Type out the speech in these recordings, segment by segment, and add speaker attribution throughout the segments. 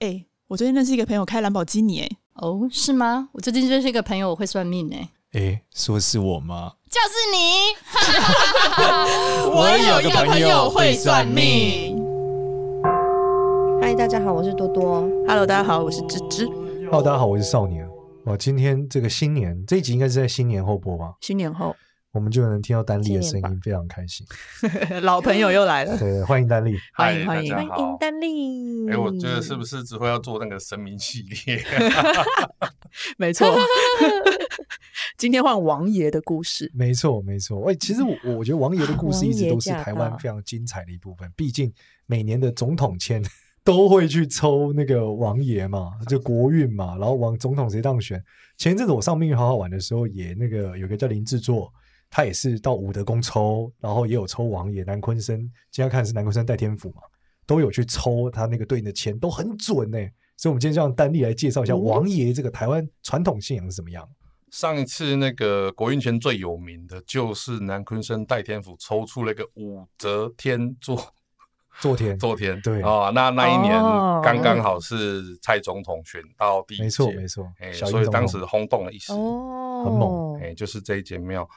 Speaker 1: 哎、我最近认识一个朋友开兰博基尼、哎，
Speaker 2: 哦，是吗？我最近认识一个朋友，我会算命哎、
Speaker 3: 诶，说是我吗？
Speaker 2: 就是你。
Speaker 3: 我有个朋友会算命。
Speaker 4: 嗨，大家好，我是多多。
Speaker 1: Hello，大家好，我是芝芝。
Speaker 5: Hello，大家好，我是少年。哦，今天这个新年这一集应该是在新年后播吧？
Speaker 1: 新年后，
Speaker 5: 我们就能听到丹丽的声
Speaker 4: 新年
Speaker 5: 音，非常开心。
Speaker 1: 老朋友又来了。
Speaker 5: 对，欢迎丹丽。
Speaker 1: 欢
Speaker 6: 嗨
Speaker 1: 迎欢迎
Speaker 6: 大
Speaker 4: 欢
Speaker 6: 家
Speaker 4: 迎
Speaker 6: 好。
Speaker 4: 丹丽。
Speaker 6: 哎、我觉得是不是之后要做那个神明系列？
Speaker 1: 没 错，今天换王爷的故事。
Speaker 5: 没错，没错。哎，其实我我觉得王爷的故事一直都是
Speaker 4: 王爷驾
Speaker 5: 台湾
Speaker 4: 到
Speaker 5: 非常精彩的一部分，毕竟每年的总统签 都会去抽那个王爷嘛，就国运嘛，然后王总统谁当选。前一阵子我上《命运好好玩》的时候，也那个有个叫林志作，他也是到武德宫抽，然后也有抽王爷南昆生，今天看的是南昆生戴天府嘛，都有去抽他那个对应的签，都很准呢、所以，我们今天就让丹丽来介绍一下王爷这个台湾传统信仰是怎么样。
Speaker 6: 上一次那个国运圈最有名的就是南昆生戴天府抽出了一个武则天做
Speaker 5: 昨天，
Speaker 6: 做天，
Speaker 5: 对
Speaker 6: 哦，那那一年
Speaker 1: 哦
Speaker 6: 刚刚好是蔡总统选到第一届，
Speaker 5: 没错，没错，
Speaker 6: 哎、
Speaker 5: 小英
Speaker 6: 所以
Speaker 5: 总
Speaker 6: 当
Speaker 5: 统
Speaker 6: 时轰动了一时。
Speaker 4: 哦，
Speaker 5: 很猛
Speaker 6: 哎、就是这一间庙。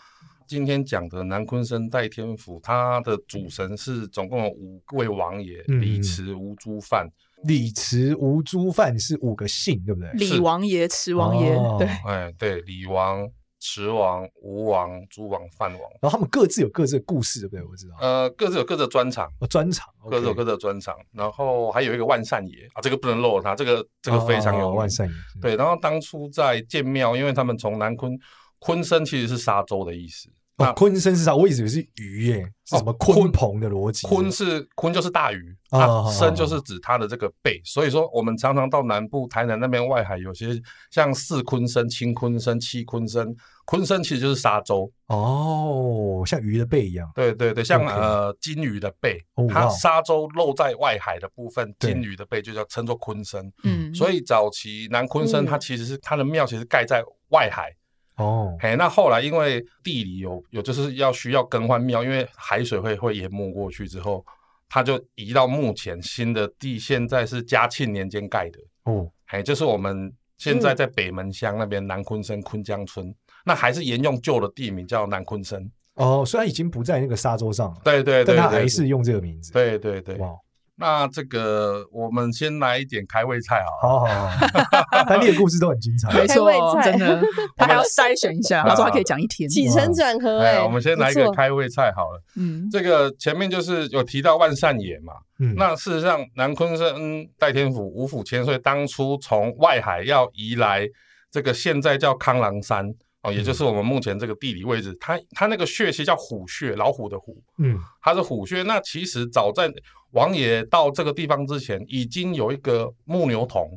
Speaker 6: 今天讲的南昆生戴天府，他的主神是总共有五位王爷：
Speaker 5: 嗯
Speaker 6: 李慈、吴诸范、
Speaker 5: 李慈、吴诸范是五个姓，对不对？
Speaker 1: 李王爷、池王爷，
Speaker 5: 哦
Speaker 1: 对，
Speaker 6: 哎，对，李王、池王、吴王、诸王、范王，
Speaker 5: 然后他们各自有各自的故事，对不对？我知道，
Speaker 6: 呃，各自有各自的专长，
Speaker 5: 哦专场，
Speaker 6: 各自有各
Speaker 5: 自
Speaker 6: 自的专长。然后还有一个万善爷啊，这个不能漏了他，这个这个非常有名
Speaker 5: 哦万善爷，哦
Speaker 6: 对，然后当初在建庙，因为他们从南昆昆生其实是沙洲的意思，
Speaker 5: 哦
Speaker 6: 那，
Speaker 5: 鲲身是啥？我一直以为是鱼耶，是什么
Speaker 6: 哦
Speaker 5: 鲲鹏的逻辑？
Speaker 6: 鲲是鲲就是大鱼，
Speaker 5: 哦
Speaker 6: 啊，
Speaker 5: 哦
Speaker 6: 生就是指它的这个背，所以说我们常常到南部台南那边外海，有些像四鲲生、青鲲生、七鲲生，鲲生其实就是沙洲。
Speaker 5: 哦，像鱼的背一样，
Speaker 6: 对对对，像
Speaker 5: OK
Speaker 6: 呃金鱼的背
Speaker 5: 哦，
Speaker 6: 它
Speaker 5: 哇
Speaker 6: 沙洲露在外海的部分，
Speaker 5: 对
Speaker 6: 金鱼的背就叫称作鲲身。
Speaker 1: 嗯，
Speaker 6: 所以早期南鲲身
Speaker 4: 嗯
Speaker 6: 它其实是它的庙其实盖在外海，
Speaker 5: 哦，
Speaker 6: 嘿，那后来因为地理有有就是要需要更换庙，因为海水会会淹没过去之后，它就移到目前新的地，现在是嘉庆年间盖的，
Speaker 5: 哦，
Speaker 6: 嘿，就是我们现
Speaker 5: 嗯
Speaker 6: 在在北门乡那边南鲲身鲲江村，那还是沿用旧的地名叫南鲲身。
Speaker 5: 哦，虽然已经不在那个沙洲上了，
Speaker 6: 对对
Speaker 5: 但
Speaker 6: 对对，
Speaker 5: 他还
Speaker 6: 对
Speaker 5: 是用这个名字。，
Speaker 6: 对对对，
Speaker 5: 哇，
Speaker 6: 那这个我们先来一点开胃菜好了。
Speaker 5: 好好好， 丹丽的故事都很精彩。
Speaker 1: 没
Speaker 4: 开胃
Speaker 1: 错，
Speaker 4: 菜
Speaker 1: 真 的，他还要筛选一下。他说他可以讲一 天。
Speaker 4: 起承转合哎、
Speaker 6: 我们先来一个
Speaker 4: 不错，
Speaker 6: 开胃菜好了。
Speaker 1: 嗯，
Speaker 6: 这个前面就是有提到万善野嘛，
Speaker 5: 嗯，
Speaker 6: 那事实上南昆生戴天府五府千岁当初从外海要移来这个现在叫康郎山哦，也就是我们目前这个地理位置，它它那个穴其实叫虎穴，老虎的虎，
Speaker 5: 嗯，
Speaker 6: 它是虎穴。那其实早在王爷到这个地方之前，已经有一个木牛童，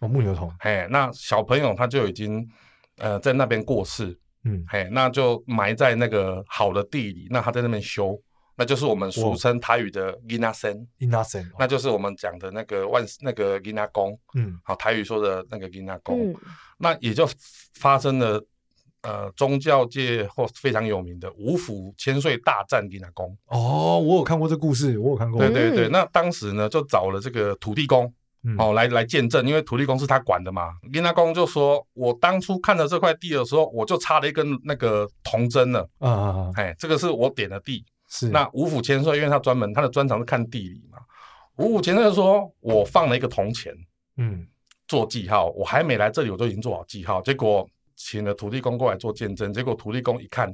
Speaker 5: 哦，木牛头，
Speaker 6: 嘿，那小朋友他就已经呃在那边过世，
Speaker 5: 嗯，
Speaker 6: 嘿，那就埋在那个好的地里，那他在那边修，那就是我们俗称台语的 g i n a s e n
Speaker 5: 伊纳森，
Speaker 6: 那就是我们讲的那个万那个 g i n a 宫，
Speaker 5: 哦嗯，
Speaker 6: 好，台语说的那个 g i n a 宫，
Speaker 4: 嗯，
Speaker 6: 那也就发生了呃宗教界或非常有名的五府千岁大战 g i n a 宫，
Speaker 5: 哦，我有看过这故事，我有看过，
Speaker 6: 对对
Speaker 4: 嗯
Speaker 6: 对，那当时呢就找了这个土地公。
Speaker 5: 嗯，
Speaker 6: 哦，来来见证，因为土地公是他管的嘛。林大公就说：“我当初看了这块地的时候，我就插了一根那个铜针了，
Speaker 5: 啊啊，啊
Speaker 6: 哎，这个是我点的地。
Speaker 5: 是
Speaker 6: 那五府千岁，因为他专门他的专长是看地理嘛。五府千岁就说：我放了一个铜钱
Speaker 5: 嗯，
Speaker 6: 做记号，我还没来这里我就已经做好记号。结果请了土地公过来做见证，结果土地公一看，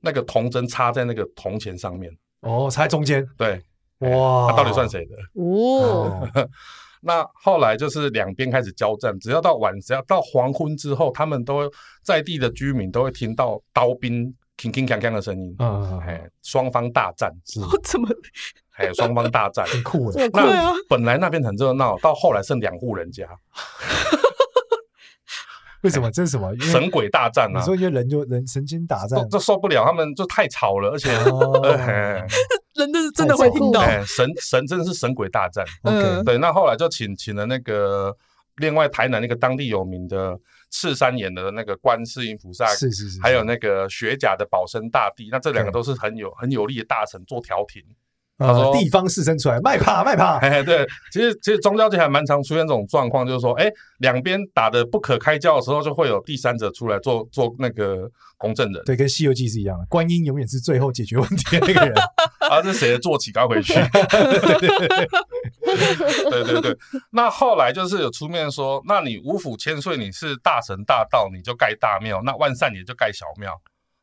Speaker 6: 那个铜针插在那个铜钱上面，
Speaker 5: 哦，插在中间，
Speaker 6: 对，
Speaker 5: 哇，
Speaker 6: 那到底算谁的？
Speaker 1: 哦，
Speaker 5: 哦？
Speaker 6: 那后来就是两边开始交战，只要到晚，只要到黄昏之后，他们都会在地的居民都会听到刀兵铿铿锵锵的声音。
Speaker 5: 嗯，
Speaker 6: 哎，双方大战，
Speaker 5: 是
Speaker 1: 我怎么
Speaker 6: 哎，双方大战。
Speaker 5: 很 酷
Speaker 4: 这
Speaker 5: 的，
Speaker 4: 么酷，啊
Speaker 6: 那本来那边很热闹，到后来剩两户人家，
Speaker 5: 为什么？这是什么？因为
Speaker 6: 神鬼大战
Speaker 5: 嗯你
Speaker 6: 啊，
Speaker 5: 说因为人就人神经打
Speaker 6: 都
Speaker 5: 战，
Speaker 6: 这受不了，他们就太吵了，而且，
Speaker 5: 哦
Speaker 6: 哎，
Speaker 1: 真的是真的会听到？
Speaker 6: 哎神神真的是神鬼大战。
Speaker 1: 嗯
Speaker 6: 对，那后来就请请了那个另外台南那个当地有名的赤山岩的那个观世音菩萨
Speaker 5: 是是啊是，
Speaker 6: 还有那个学甲的保生大帝，那这两个
Speaker 5: 对
Speaker 6: 都是很有很有力的大神做调停。他说
Speaker 5: 呃地方士绅出来卖怕卖怕，
Speaker 6: 哎，对，其实其实宗教界还蛮常出现这种状况，就是说，哎，两边打得不可开交的时候，就会有第三者出来做做那个公证人
Speaker 5: 对，跟《西游记》是一样的，观音永远是最后解决问题的那个 人。
Speaker 6: 啊，是谁的坐骑赶回去？ 对对对。那后来就是有出面说，那你五府千岁你是大神大道，你就盖大庙；那万善爷就盖小庙。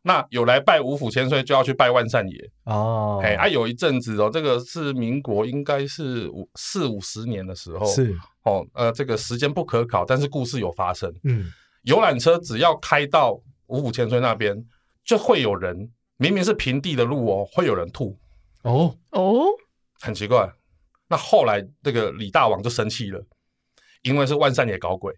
Speaker 6: 那有来拜五府千岁，就要去拜万善爷。
Speaker 5: 哦，
Speaker 6: 哎、啊，有一阵子哦，这个是民国应该是五四五十年的时候，
Speaker 5: 是，
Speaker 6: 哦，呃，这个时间不可考，但是故事有发生。
Speaker 5: 嗯，
Speaker 6: 游览车只要开到五府千岁那边，就会有人明明是平地的路哦，会有人吐，
Speaker 5: 哦，
Speaker 1: 哦，
Speaker 6: 很奇怪。那后来那个李大王就生气了，因为是万善爷搞鬼，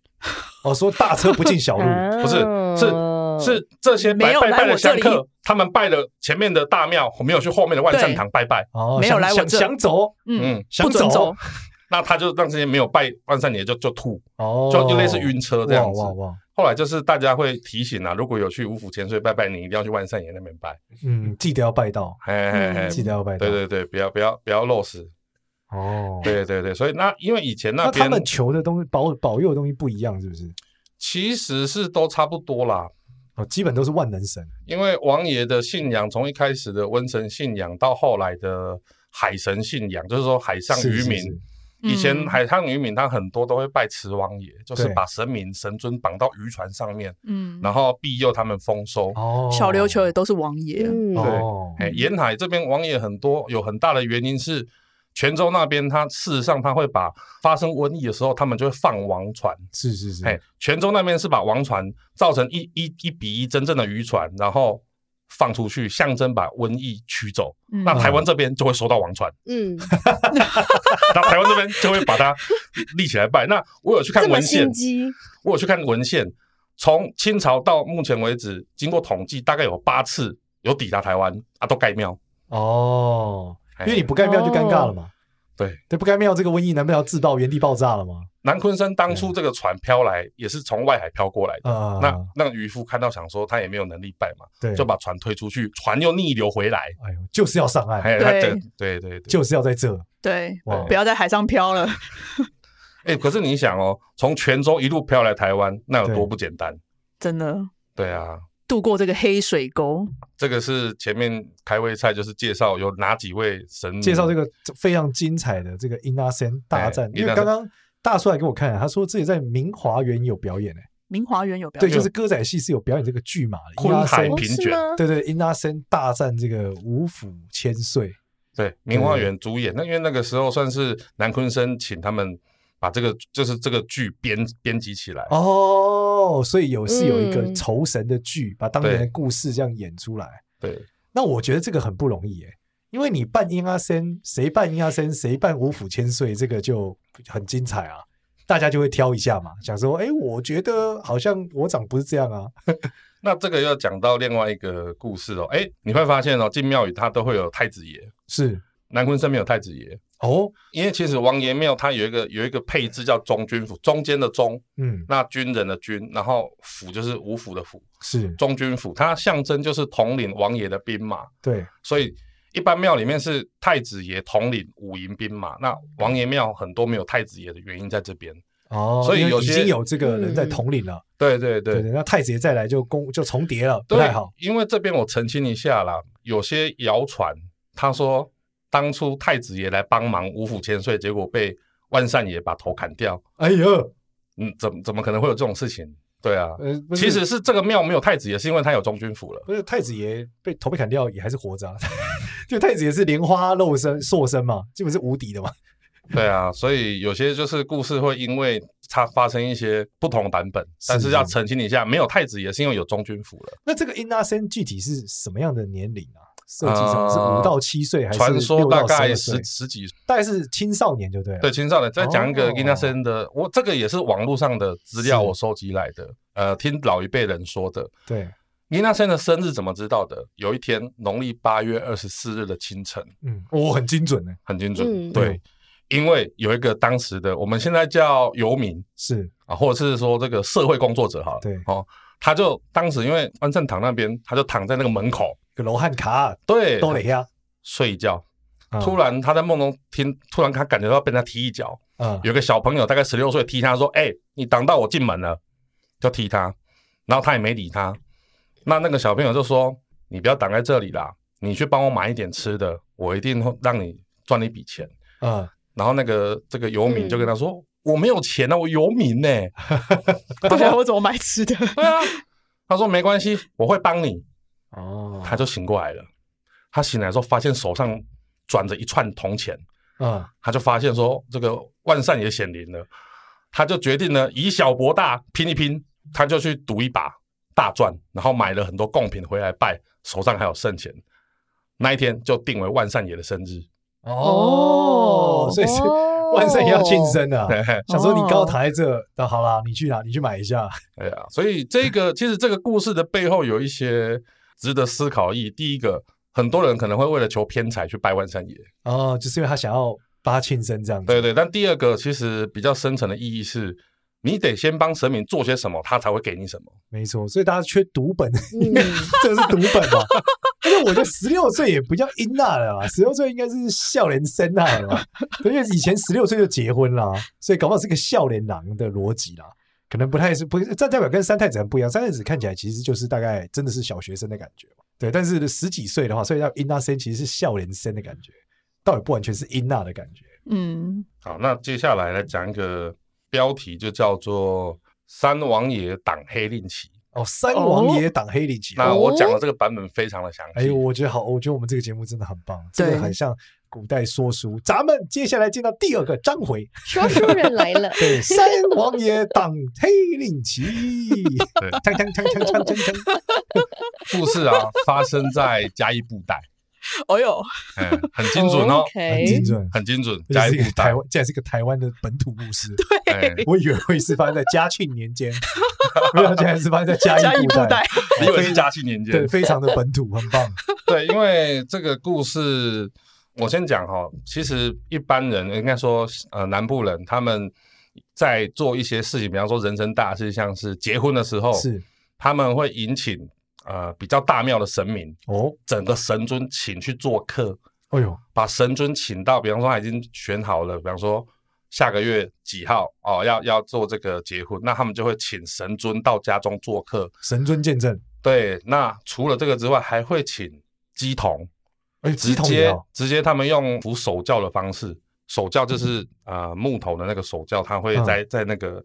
Speaker 5: 哦，说大车不进 小路，
Speaker 1: 嗯
Speaker 4: 啊
Speaker 6: 不是是
Speaker 4: 哦
Speaker 6: 是这些
Speaker 1: 没
Speaker 6: 拜
Speaker 1: 有
Speaker 6: 拜
Speaker 1: 来
Speaker 6: 拜
Speaker 1: 我
Speaker 6: 的
Speaker 1: 这
Speaker 6: 香
Speaker 1: 里
Speaker 6: 客，他们拜了前面的大庙，没有去后面的万善堂拜拜。
Speaker 5: 哦，
Speaker 1: 没有
Speaker 5: 想
Speaker 1: 来我
Speaker 5: 想
Speaker 1: 这
Speaker 5: 想走，
Speaker 1: 嗯，
Speaker 6: 嗯，
Speaker 5: 想
Speaker 1: 不准走，
Speaker 6: 那他就让这些没有拜万善爷就就吐，
Speaker 5: 哦，
Speaker 6: 就就类似晕车这样子
Speaker 5: 哇。哇哇，
Speaker 6: 后来就是大家会提醒啊，如果有去五府千岁拜拜，你一定要去万善爷那边拜。
Speaker 5: 嗯，记得要拜道，
Speaker 6: 嘿嘿嘿，
Speaker 5: 嗯记得要拜道，
Speaker 6: 哎对，对对，不要不要不要漏失。
Speaker 5: 哦，
Speaker 6: 对对对，所以那因为以前
Speaker 5: 那
Speaker 6: 那
Speaker 5: 他
Speaker 6: 边
Speaker 5: 们求的东西保保佑的东西不一样，是不是？
Speaker 6: 其实是都差不多啦，
Speaker 5: 哦，基本都是万能神，
Speaker 6: 因为王爷的信仰从一开始的瘟神信仰到后来的海神信仰，就是说海上
Speaker 5: 是
Speaker 6: 渔
Speaker 5: 是
Speaker 6: 民。
Speaker 5: 是
Speaker 6: 以前
Speaker 1: 嗯
Speaker 6: 海上渔民他很多都会拜池王爷，就是
Speaker 5: 对
Speaker 6: 把神明神尊绑到渔船上面，
Speaker 1: 嗯，
Speaker 6: 然后庇佑他们丰收。
Speaker 5: 哦，
Speaker 1: 小琉球也都是王爷，啊
Speaker 4: 嗯，
Speaker 6: 对
Speaker 5: 哦，
Speaker 6: 哎，沿海这边王爷很多，有很大的原因是泉州那边，他事实上他会把发生瘟疫的时候，他们就会放王船。
Speaker 5: 是是是，
Speaker 6: 哎，泉州那边是把王船造成一一一比一真正的渔船，然后放出去，象征把瘟疫驱走。
Speaker 1: 嗯
Speaker 6: 那台湾这边就会收到王船，
Speaker 4: 嗯，
Speaker 6: 那台湾这边就会把它立起来拜。那我有去看
Speaker 4: 这么
Speaker 6: 文献
Speaker 4: 心，机，
Speaker 6: 我有去看文献，从清朝到目前为止，经过统计，大概有八次有抵达台湾啊，都盖庙。
Speaker 5: 哦，因为你
Speaker 6: 哎哦
Speaker 5: 不盖庙就尴尬了嘛。
Speaker 6: 对
Speaker 5: 对，不该庙这个瘟疫难不成要自爆原地爆炸了吗？
Speaker 6: 南昆山当初这个船飘来，也是从外海飘过来的。
Speaker 5: 啊、
Speaker 6: 那那渔夫看到想说他也没有能力拜嘛，
Speaker 5: 对，
Speaker 6: 就把船推出去，船又逆流回来，
Speaker 5: 哎呦，就是要上岸，
Speaker 6: 哎，他
Speaker 1: 对
Speaker 6: 对对对，对
Speaker 5: 就是要在这，
Speaker 1: 对，
Speaker 5: 哇
Speaker 1: 不要在海上漂了，
Speaker 6: 哎、可是你想哦，从泉州一路飘来台湾，那有多不简单？
Speaker 1: 真的
Speaker 6: 对啊，
Speaker 1: 渡过这个黑水沟，
Speaker 6: 这个是前面开胃菜，就是介绍有哪几位神明
Speaker 5: 介绍这个非常精彩的这个 Innocent 大战，
Speaker 6: 哎
Speaker 5: 因为
Speaker 6: Innocent
Speaker 5: 刚刚大叔来给我看，啊他说自己在明华园有表演、欸，
Speaker 1: 明华园有表
Speaker 5: 对，
Speaker 1: 演，
Speaker 5: 就是歌仔戏是有表演这个剧码的，
Speaker 6: 昆海
Speaker 5: Innocent-
Speaker 6: 平
Speaker 4: 哦是
Speaker 6: 卷
Speaker 4: 吗？
Speaker 5: 对对，Innocent 大战这个五府千岁，
Speaker 6: 对明花园主演。那因为那个时候算是南昆生请他们把这个就是这个剧编编辑起来。
Speaker 5: 哦，所以有是有一个
Speaker 4: 嗯
Speaker 5: 酬神的剧，把当年的
Speaker 6: 对
Speaker 5: 故事这样演出来。
Speaker 6: 对，
Speaker 5: 那我觉得这个很不容易耶，因为你扮阴阿仙，谁扮阴阿仙，谁扮五府千岁，这个就很精彩啊。大家就会挑一下嘛，想说，哎，我觉得好像我长不是这样啊。
Speaker 6: 那这个要讲到另外一个故事哦。哎，你会发现哦，进庙宇它都会有太子爷，
Speaker 5: 是
Speaker 6: 南昆生没有太子爷，
Speaker 5: 哦，
Speaker 6: 因为其实王爷庙它有一个有一个配置叫中军府，中间的中，
Speaker 5: 嗯，
Speaker 6: 那军人的军，然后府就是五府的府。
Speaker 5: 是
Speaker 6: 中军府，它象征就是统领王爷的兵马，
Speaker 5: 对，
Speaker 6: 所以一般庙里面是太子爷统领五营兵马。那王爷庙很多没有太子爷的原因在这边。
Speaker 5: 哦，
Speaker 6: 所以
Speaker 5: 因为
Speaker 6: 有
Speaker 5: 已
Speaker 6: 些
Speaker 5: 经有这个人在统领了，
Speaker 6: 对对
Speaker 5: 对
Speaker 6: 对
Speaker 5: 对，那太子爷再来就攻就重叠了，不
Speaker 6: 对
Speaker 5: 太好，
Speaker 6: 因为这边我澄清一下啦，有些谣传他说当初太子爷来帮忙五府千岁，结果被万善爷把头砍掉。
Speaker 5: 哎呦，
Speaker 6: 嗯，怎么怎么可能会有这种事情？对啊，
Speaker 5: 呃，不是
Speaker 6: 其实是这个庙没有太子爷，是因为他有中军府了。
Speaker 5: 不是太子爷被头被砍掉也还是活着、啊， 就太子爷是莲花肉身塑身嘛，基本是无敌的嘛。
Speaker 6: 对啊，所以有些就是故事会因为它发生一些不同版本，
Speaker 5: 是
Speaker 6: 但是要
Speaker 5: 是
Speaker 6: 澄清一下，没有太子爷是因为有中军府了。
Speaker 5: 那这个 Innocent 具体是什么样的年龄啊？设计成是
Speaker 6: 呃
Speaker 5: 五到七岁还是
Speaker 6: 传说
Speaker 5: 6
Speaker 6: 大
Speaker 5: 到12
Speaker 6: 概十
Speaker 5: 岁
Speaker 6: 十几
Speaker 5: 大概是青少年就对了。
Speaker 6: 对，青少年。再讲一个
Speaker 5: 哦
Speaker 6: i n n o c e n 的，我这个也是网络上的资料
Speaker 5: 是
Speaker 6: 我收集来的，呃，听老一辈人说的。
Speaker 5: 对，
Speaker 6: i n n o c e n 的生日怎么知道的？有一天，农历八月二十四日的清晨，
Speaker 5: 嗯，我很精准呢、
Speaker 6: 哦很精准。
Speaker 4: 嗯
Speaker 6: 对，因为有一个当时的，我们现在叫游民，
Speaker 5: 是
Speaker 6: 啊，或者是说这个社会工作者好了，
Speaker 5: 对
Speaker 6: 哦，他就当时因为万圣堂那边，他就躺在那个门口，
Speaker 5: 个罗汉卡
Speaker 6: 对，
Speaker 5: 都得呀。
Speaker 6: 睡觉，
Speaker 5: 嗯
Speaker 6: 突然他在梦中听，突然他感觉到被人家踢一脚，
Speaker 5: 嗯
Speaker 6: 有个小朋友大概十六岁踢他说：“哎、你挡到我进门了。”就踢他，然后他也没理他。那那个小朋友就说：“你不要挡在这里啦，你去帮我买一点吃的，我一定会让你赚一笔钱。
Speaker 5: 嗯，”
Speaker 6: 然后那个这个游民就跟他说：“我没有钱啊，我游民呢、
Speaker 1: 对啊，我怎么买吃 的？
Speaker 6: 对啊，他说：“没关系，我会帮你。”
Speaker 5: 哦，
Speaker 6: 他就醒过来了。他醒来之后，发现手上转着一串铜钱，
Speaker 5: 嗯
Speaker 6: 他就发现说这个万善也显灵了，他就决定呢以小博大，拼一拼，他就去赌一把大赚，然后买了很多贡品回来拜，手上还有剩钱。那一天就定为万善爷的生日，
Speaker 5: 哦，所以是万圣要庆生的啊。
Speaker 6: 嘿嘿
Speaker 5: 想说你刚好躺在这，那好啦，你去哪？你去买一下。
Speaker 6: 哎呀，所以这个其实这个故事的背后有一些值得思考意义。第一个，很多人可能会为了求偏财去拜万善爷，
Speaker 5: 哦，就是因为他想要帮他庆生这样子。
Speaker 6: 对对，但第二个其实比较深层的意义是，你得先帮神明做些什么，他才会给你什么。
Speaker 5: 没错，所以大家缺读本，
Speaker 4: 嗯，
Speaker 5: 这个是读本嘛？而且我觉得十六岁也不叫阴娜了吧，十六岁应该是笑脸生态了吧？因为以前十六岁就结婚啦，所以搞不好是个笑脸郎的逻辑啦。可能不太是不，这代表跟三太子很不一样。三太子看起来其实就是大概真的是小学生的感觉嘛，对。但是十几岁的话，所以叫阴娜生其实是笑脸生的感觉，倒也不完全是阴娜的感觉。
Speaker 2: 嗯，
Speaker 6: 好，那接下来来讲一个标题，就叫做“三王爷挡黑令旗
Speaker 5: 哦，三王爷挡黑里”。旗、
Speaker 6: 那我讲的这个版本非常的详
Speaker 5: 哦哎
Speaker 6: 细
Speaker 5: 呦，。我觉得好，我觉得我们这个节目真的很棒，真的
Speaker 1: 对
Speaker 5: 很像古代说书。咱们接下来见到第二个章 回，
Speaker 4: 说书人来了，，
Speaker 5: 对，三王爷挡黑令旗，
Speaker 6: 对
Speaker 5: 锵锵锵锵锵锵 锵，
Speaker 6: 故事 啊，发生在嘉义布袋，
Speaker 1: 哦呦，
Speaker 6: 哎，很精准哦
Speaker 5: 很
Speaker 4: OK，
Speaker 5: 精准。
Speaker 6: 很精准。
Speaker 5: 这
Speaker 6: 嘉
Speaker 5: 是
Speaker 6: 义
Speaker 5: 一个
Speaker 6: 布
Speaker 5: 台
Speaker 6: 袋，
Speaker 5: 湾，这是一个台湾的本土故 事。
Speaker 6: 哎，
Speaker 5: 我以为会是发生在嘉庆年间，没有，竟然是发生在嘉
Speaker 1: 加
Speaker 5: 义
Speaker 1: 一
Speaker 5: 古
Speaker 1: 布袋，
Speaker 6: 你以为是嘉庆年间
Speaker 5: 对，？非常的本土，很棒。
Speaker 6: 对，因为这个故事，我先讲哈、其实一般人应该说，呃，南部人他们在做一些事情，比方说人生大事，像是结婚的时候，
Speaker 5: 是
Speaker 6: 他们会引请呃比较大庙的神明，
Speaker 5: 哦，
Speaker 6: 整个神尊请去做客，
Speaker 5: 哎呦，
Speaker 6: 把神尊请到，比方说他已经选好了，比方说下个月几号哦，要要做这个结婚，那他们就会请神尊到家中做客。
Speaker 5: 神尊见证，
Speaker 6: 对，那除了这个之外，还会请鸡童。
Speaker 5: 哎，
Speaker 6: 直
Speaker 5: 鸡同也
Speaker 6: 接
Speaker 5: 哦，
Speaker 6: 直接他们用扶手教的方式，手教就是
Speaker 5: 嗯
Speaker 6: 啊、呃木头的那个手教，它会在、在那个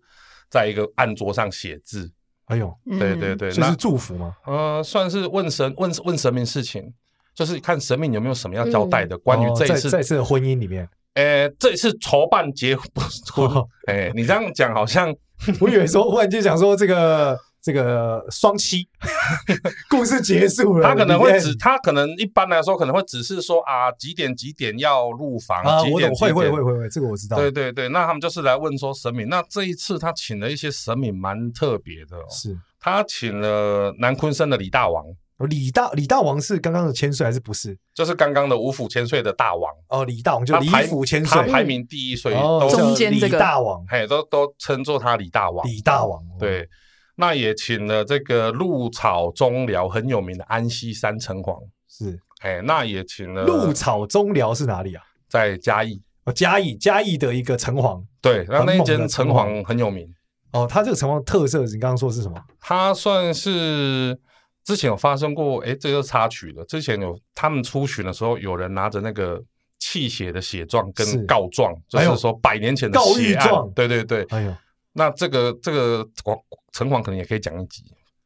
Speaker 6: 在一个案桌上写字。
Speaker 5: 哎呦，
Speaker 1: 嗯
Speaker 6: 对对对，
Speaker 5: 所以
Speaker 6: 那
Speaker 5: 是祝福吗？
Speaker 6: 呃算是问神问问神明事情，就是看神明有没有什么要交代的，关于
Speaker 5: 哦
Speaker 6: 这一
Speaker 5: 在
Speaker 6: 次，
Speaker 5: 在这次婚姻里面，
Speaker 6: 呃这一次筹办结婚，
Speaker 5: 哦
Speaker 6: 哎、你这样讲好像
Speaker 5: 我以为说，忽然间想说这个这个双栖 故事结束了，
Speaker 6: 他可能 会
Speaker 5: 你
Speaker 6: 只，他可能一般来说可能会只是说啊几点几点要入房，
Speaker 5: 啊，
Speaker 6: 几
Speaker 5: 我
Speaker 6: 点
Speaker 5: 懂，会
Speaker 6: 几
Speaker 5: 会
Speaker 6: 点
Speaker 5: 会会会，这个我知道，
Speaker 6: 对对对，那他们就是来问说神明。那这一次他请了一些神明蛮特别的、哦，
Speaker 5: 是。哦
Speaker 6: 他请了南昆生的李大王，
Speaker 5: 李大李大王是刚刚的千岁还是不是？
Speaker 6: 就是刚刚的五府千岁的大王，
Speaker 5: 哦，李大王就
Speaker 6: 他
Speaker 5: 李
Speaker 6: 排
Speaker 5: 府千
Speaker 6: 他
Speaker 5: 岁，
Speaker 6: 排名第一，所以
Speaker 5: 哦
Speaker 6: 都
Speaker 5: 叫
Speaker 1: 中间这个
Speaker 5: 李大王，
Speaker 6: 嘿都都称作他李大王。
Speaker 5: 李大王，哦
Speaker 6: 对，那也请了这个鹿草中寮很有名的安溪三城隍，
Speaker 5: 是。
Speaker 6: 哎，那也请了
Speaker 5: 鹿草中寮是哪里啊？
Speaker 6: 在嘉义，
Speaker 5: 哦，嘉义嘉义的一个城隍，
Speaker 6: 对，那
Speaker 5: 很猛
Speaker 6: 那
Speaker 5: 的
Speaker 6: 间
Speaker 5: 城
Speaker 6: 城
Speaker 5: 隍
Speaker 6: 隍很有名。
Speaker 5: 哦，他这个城隍特色，你刚刚说是什么？
Speaker 6: 他算是之前有发生过，诶，这就插曲了。之前有他们出巡的时候，有人拿着那个泣血的血状
Speaker 5: 是
Speaker 6: 跟告状，就
Speaker 5: 哎呦
Speaker 6: 是说百年前的
Speaker 5: 告御
Speaker 6: 血案。
Speaker 5: 状
Speaker 6: 对对对，
Speaker 5: 哎呦，
Speaker 6: 那这个这个王城隍可能也可以讲一集，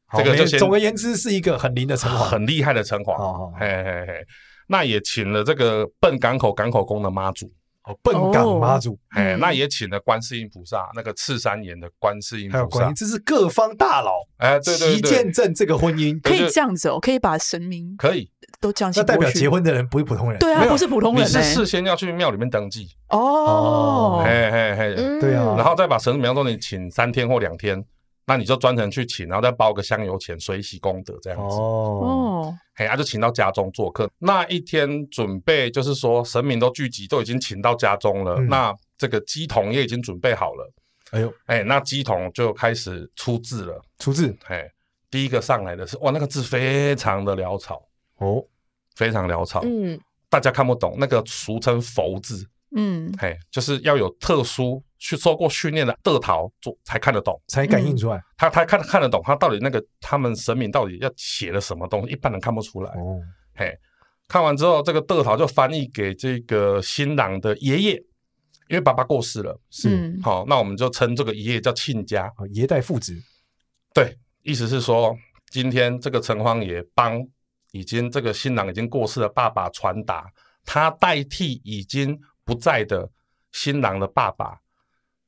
Speaker 5: 好
Speaker 6: 这个
Speaker 5: 没
Speaker 6: 就先
Speaker 5: 总而言之是一个很灵的城隍，哦
Speaker 6: 很厉害的城
Speaker 5: 好
Speaker 6: 隍。
Speaker 5: 好好
Speaker 6: 嘿嘿嘿，那也请了这个笨港口港口宫的妈祖，
Speaker 5: 哦，笨港
Speaker 1: 哦
Speaker 5: 妈祖，
Speaker 6: 哎、
Speaker 2: 嗯
Speaker 6: 那也请了观世音菩萨，那个赤山岩的观世音
Speaker 5: 还有
Speaker 6: 菩
Speaker 5: 关
Speaker 6: 萨
Speaker 5: 于。这是各方大佬
Speaker 6: 哎，对对
Speaker 5: 齐
Speaker 6: 对
Speaker 5: 见，证这个婚姻，
Speaker 1: 可以
Speaker 6: 就是
Speaker 1: 这样子哦，可以把神明
Speaker 6: 可以，
Speaker 1: 都降
Speaker 5: 那
Speaker 1: 下
Speaker 5: 代
Speaker 1: 过
Speaker 5: 表
Speaker 1: 去
Speaker 5: 结。婚的人不是普通人。
Speaker 1: 对啊，
Speaker 6: 没有
Speaker 1: 不是普通
Speaker 6: 你
Speaker 1: 人
Speaker 6: 是
Speaker 1: 欸
Speaker 6: 事先要去庙里面登记，
Speaker 1: 哦
Speaker 5: 哦，
Speaker 6: 嘿嘿嘿，
Speaker 4: 嗯
Speaker 5: 对啊
Speaker 6: 然后再把神明当中你请三天或两天，那你就专程去请，然后再包个香油钱，水洗功德这样子。
Speaker 5: 哦，
Speaker 1: 哦，
Speaker 6: 嘿，他、啊就请到家中做客。那一天准备就是说，神明都聚集，都已经请到家中了，
Speaker 5: 嗯
Speaker 6: 那这个鸡童也已经准备好了。
Speaker 5: 哎呦，
Speaker 6: 哎，那鸡童就开始出字了。
Speaker 5: 出字
Speaker 6: 嘿，第一个上来的是哇，那个字非常的潦草，
Speaker 5: 哦，
Speaker 6: 非常潦草。
Speaker 4: 嗯，
Speaker 6: 大家看不懂，那个俗称佛字，
Speaker 2: 嗯，
Speaker 6: 嘿，就是要有特殊去受过训练的得逃做才看得懂，
Speaker 5: 才感应出来。
Speaker 6: 他他看看得懂，他到底那个他们神明到底要写了什么东西，一般人看不出来。
Speaker 5: 哦，
Speaker 6: 嘿，看完之后，这个得逃就翻译给这个新郎的爷爷，因为爸爸过世了，
Speaker 5: 是
Speaker 2: 嗯
Speaker 6: 好，那我们就称这个爷爷叫亲家。
Speaker 5: 哦爷带父子，
Speaker 6: 对，意思是说，今天这个城隍爷帮已经这个新郎已经过世的爸爸传达，他代替已经不在的新郎的爸爸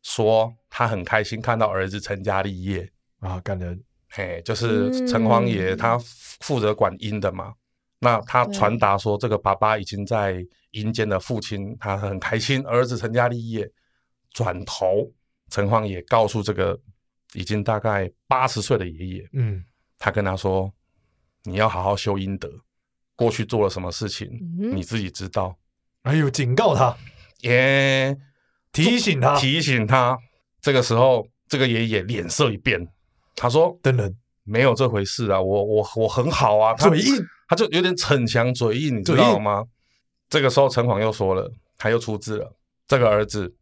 Speaker 6: 说，他很开心看到儿子成家立业。
Speaker 5: 啊，感人。
Speaker 6: 嘿，就是城隍爷
Speaker 4: 嗯
Speaker 6: 他负责管阴的嘛，那他传达说，这个爸爸已经在阴间的父亲，他很开心，儿子成家立业。转头，城隍爷告诉这个已经大概八十岁的爷爷，
Speaker 5: 嗯，
Speaker 6: 他跟他说：“你要好好修阴德，过去做了什么事情，
Speaker 4: 嗯
Speaker 6: 你自己知道。
Speaker 5: 哎呦，警告他，”
Speaker 6: 耶，
Speaker 5: 提醒他，
Speaker 6: 提醒他。这个时候，这个爷爷脸色一变，他说
Speaker 5: 等人：“
Speaker 6: 没有这回事啊，我我我很好啊。他”
Speaker 5: 嘴硬，
Speaker 6: 他就有点逞强嘴硬，你知
Speaker 5: 嘴
Speaker 6: 道
Speaker 5: 硬
Speaker 6: 吗？这个时候，城隍又说了，他又出字了。这个儿子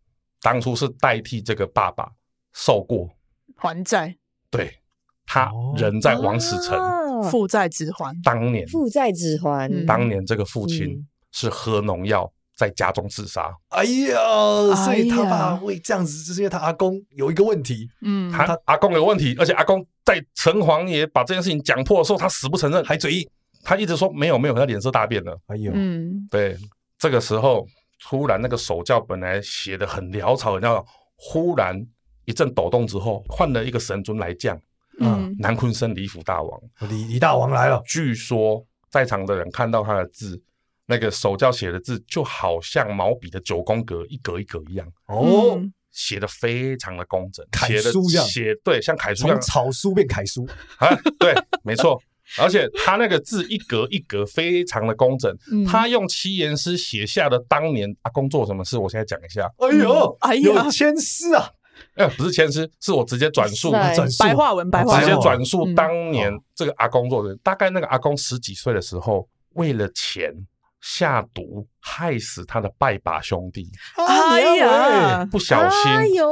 Speaker 6: 当初是代替这个爸爸受过，
Speaker 1: 还债，
Speaker 6: 对他
Speaker 5: 哦
Speaker 6: 人在王死城，
Speaker 5: 嗯
Speaker 4: 啊
Speaker 1: 父债子还。
Speaker 6: 当年
Speaker 4: 父债子还，
Speaker 1: 嗯
Speaker 6: 当年这个父亲
Speaker 4: 嗯
Speaker 6: 是喝农药在家中自杀，
Speaker 5: 哎呀，所以他
Speaker 1: 哎
Speaker 5: 爸
Speaker 1: 呀
Speaker 5: 会这样子，就是因为他阿公有一个问题，
Speaker 2: 嗯，
Speaker 6: 他阿公有问题，而且阿公在城隍爷把这件事情讲破的时候，他死不承认，还嘴硬，他一直说没有没有，他脸色大变了。
Speaker 5: 哎呦，
Speaker 1: 嗯，
Speaker 6: 对，这个时候突然那个手教本来写的很潦草，很潦草，忽然一阵抖动之后，换了一个神尊来降，
Speaker 5: 嗯
Speaker 2: 嗯，
Speaker 6: 南昆生李府大王。
Speaker 5: 李李大王来了，
Speaker 6: 据说在场的人看到他的字，那个手教写的字就好像毛笔的九宫格一格一格一样。
Speaker 5: 哦，
Speaker 1: 嗯
Speaker 6: 写的非常的工整，
Speaker 5: 楷
Speaker 6: 写的
Speaker 5: 书这样
Speaker 6: 写对像楷书一
Speaker 5: 从
Speaker 6: 样
Speaker 5: 草书变楷书，
Speaker 6: 啊，对，没错。而且他那个字一格一格非常的工整，
Speaker 1: 嗯
Speaker 6: 他用七言诗写下的当年阿公做什么事，我现在讲一下。
Speaker 5: 哎呦，
Speaker 1: 哎呀
Speaker 5: 有千丝啊，
Speaker 6: 呃，不是签诗，是我直接转述，
Speaker 4: 哇塞
Speaker 5: 转述
Speaker 1: 哎白话文，白话
Speaker 6: 直接
Speaker 1: 文，
Speaker 6: 转述
Speaker 1: 嗯
Speaker 6: 当年这个阿公做的。大概那个阿公十几岁的时候，为了钱下毒，害死他的拜把兄弟，
Speaker 1: 哎呀，，
Speaker 6: 不小心，
Speaker 4: 哎呦，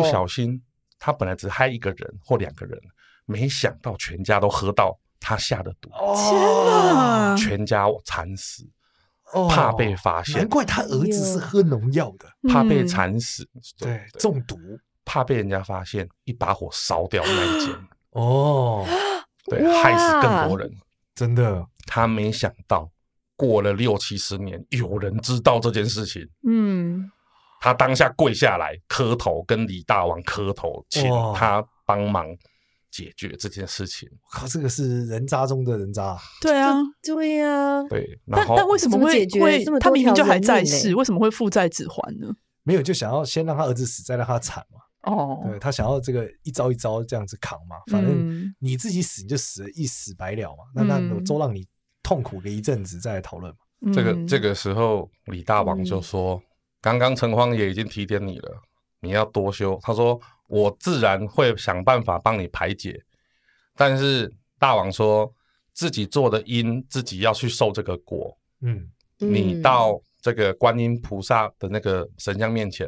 Speaker 6: 不小心，他本来只害一个人或两个人，没想到全家都喝到他下的毒，
Speaker 5: 哦，
Speaker 1: 啊
Speaker 6: 全家惨死，
Speaker 5: 哦
Speaker 6: 怕被发现
Speaker 5: 难，怪他儿子是喝农药的，
Speaker 6: 怕被
Speaker 2: 嗯
Speaker 6: 惨死，
Speaker 5: 对，中毒
Speaker 6: 怕被人家发现，一把火烧掉那 一间，
Speaker 5: 哦，
Speaker 6: 对，
Speaker 4: 哇
Speaker 6: 害死更多人。
Speaker 5: 真的
Speaker 6: 他没想到，过了六七十年，有人知道这件事情。
Speaker 1: 嗯，
Speaker 6: 他当下跪下来磕头，跟李大王磕头，请
Speaker 5: 哇
Speaker 6: 他帮忙解决这件事情。
Speaker 5: 靠，这个是人渣中的人渣，
Speaker 1: 对啊，
Speaker 4: 对呀、
Speaker 6: 对，然
Speaker 1: 但
Speaker 6: 后
Speaker 1: 但为什么
Speaker 4: 怎么
Speaker 1: 会
Speaker 4: 解决
Speaker 1: 会
Speaker 4: 这么多
Speaker 1: 他明明就还在
Speaker 4: 条人命
Speaker 1: 世，
Speaker 4: 呢欸
Speaker 1: 为什么会父债子还呢？
Speaker 5: 没有就想要先让他儿子死，再让他惨嘛，
Speaker 1: 哦，
Speaker 5: 对他想要这个一招一招这样子扛嘛，反正
Speaker 1: 嗯，
Speaker 5: 你自己死你就死了一死百了嘛，那那我
Speaker 1: 嗯
Speaker 5: 都让你痛苦个一阵子再来讨论嘛，
Speaker 6: 这个
Speaker 1: 嗯
Speaker 6: 这，个时候，李大王就说：“刚刚城隍爷已经提点你了，你要多修。”他说：“我自然会想办法帮你排解。”但是大王说自己做的因，自己要去受这个果。
Speaker 5: 嗯，
Speaker 4: 嗯
Speaker 6: 你到这个观音菩萨的那个神像面前，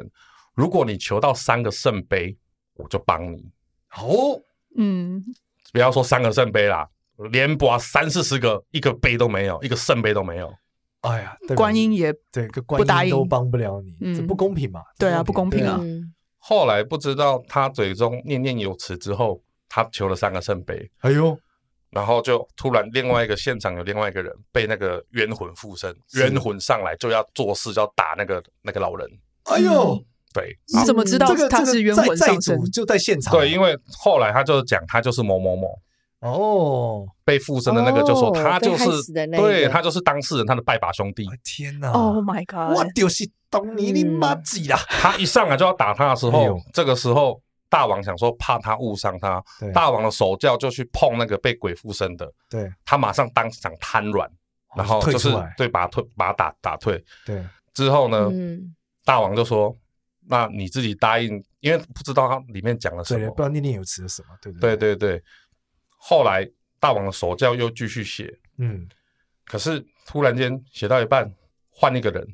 Speaker 6: 如果你求到三个圣杯，我就帮你。
Speaker 5: 哦，
Speaker 1: 嗯，
Speaker 6: 不要说三个圣杯啦，连拔三四十个，一个杯都没有，一个圣杯都没有。
Speaker 5: 哎呀，代表
Speaker 1: 观音也
Speaker 5: 对，个
Speaker 1: 不答
Speaker 5: 观音都
Speaker 1: 应
Speaker 5: 帮不了你，
Speaker 1: 嗯
Speaker 5: 这不公平嘛？
Speaker 1: 对啊不公平啊
Speaker 5: 对
Speaker 4: 嗯
Speaker 6: 后来不知道他嘴中念念有词之后，他求了三个圣杯，
Speaker 5: 哎呦，
Speaker 6: 然后就突然另外一个现场有另外一个人被那个冤魂附身，
Speaker 5: 是
Speaker 6: 冤魂上来就要做事，就要打那个那个老人。
Speaker 5: 哎
Speaker 1: 嗯
Speaker 5: 呦，
Speaker 6: 对，
Speaker 1: 你怎么知道
Speaker 5: 嗯这个
Speaker 1: 他是冤魂
Speaker 5: 在
Speaker 1: 上身
Speaker 5: 主？就在现场，
Speaker 6: 对，因为后来他就讲他就是某某某
Speaker 5: 哦，
Speaker 6: 被附身的那个，就说
Speaker 4: 哦
Speaker 6: 他就
Speaker 4: 被害
Speaker 6: 是
Speaker 4: 死的那一个
Speaker 6: 对他就是当事人，他的拜把兄弟。
Speaker 5: 哎天哪，
Speaker 1: Oh my god！
Speaker 5: 我就是懂你
Speaker 1: 嗯
Speaker 5: 你妈几啦，
Speaker 6: 他一上来就要打他的时
Speaker 5: 哎
Speaker 6: 候
Speaker 5: 呦，
Speaker 6: 这个时候大王想说怕他误伤他
Speaker 5: 对，
Speaker 6: 大王的手教就去碰那个被鬼附身的，
Speaker 5: 对
Speaker 6: 他马上当场瘫软，然后
Speaker 5: 哦退
Speaker 6: 就
Speaker 5: 出
Speaker 6: 是
Speaker 5: 来，
Speaker 6: 对，把他退，把他打打退。
Speaker 5: 对，
Speaker 6: 之后呢，
Speaker 4: 嗯
Speaker 6: 大王就说：“那你自己答应，因为不知道他里面讲了什
Speaker 5: 对，不知
Speaker 6: 么。
Speaker 5: 道念念有词的什么，对”对，
Speaker 6: 对对对。后来大王的手教又继续写，
Speaker 5: 嗯，
Speaker 6: 可是突然间写到一半，换一个人，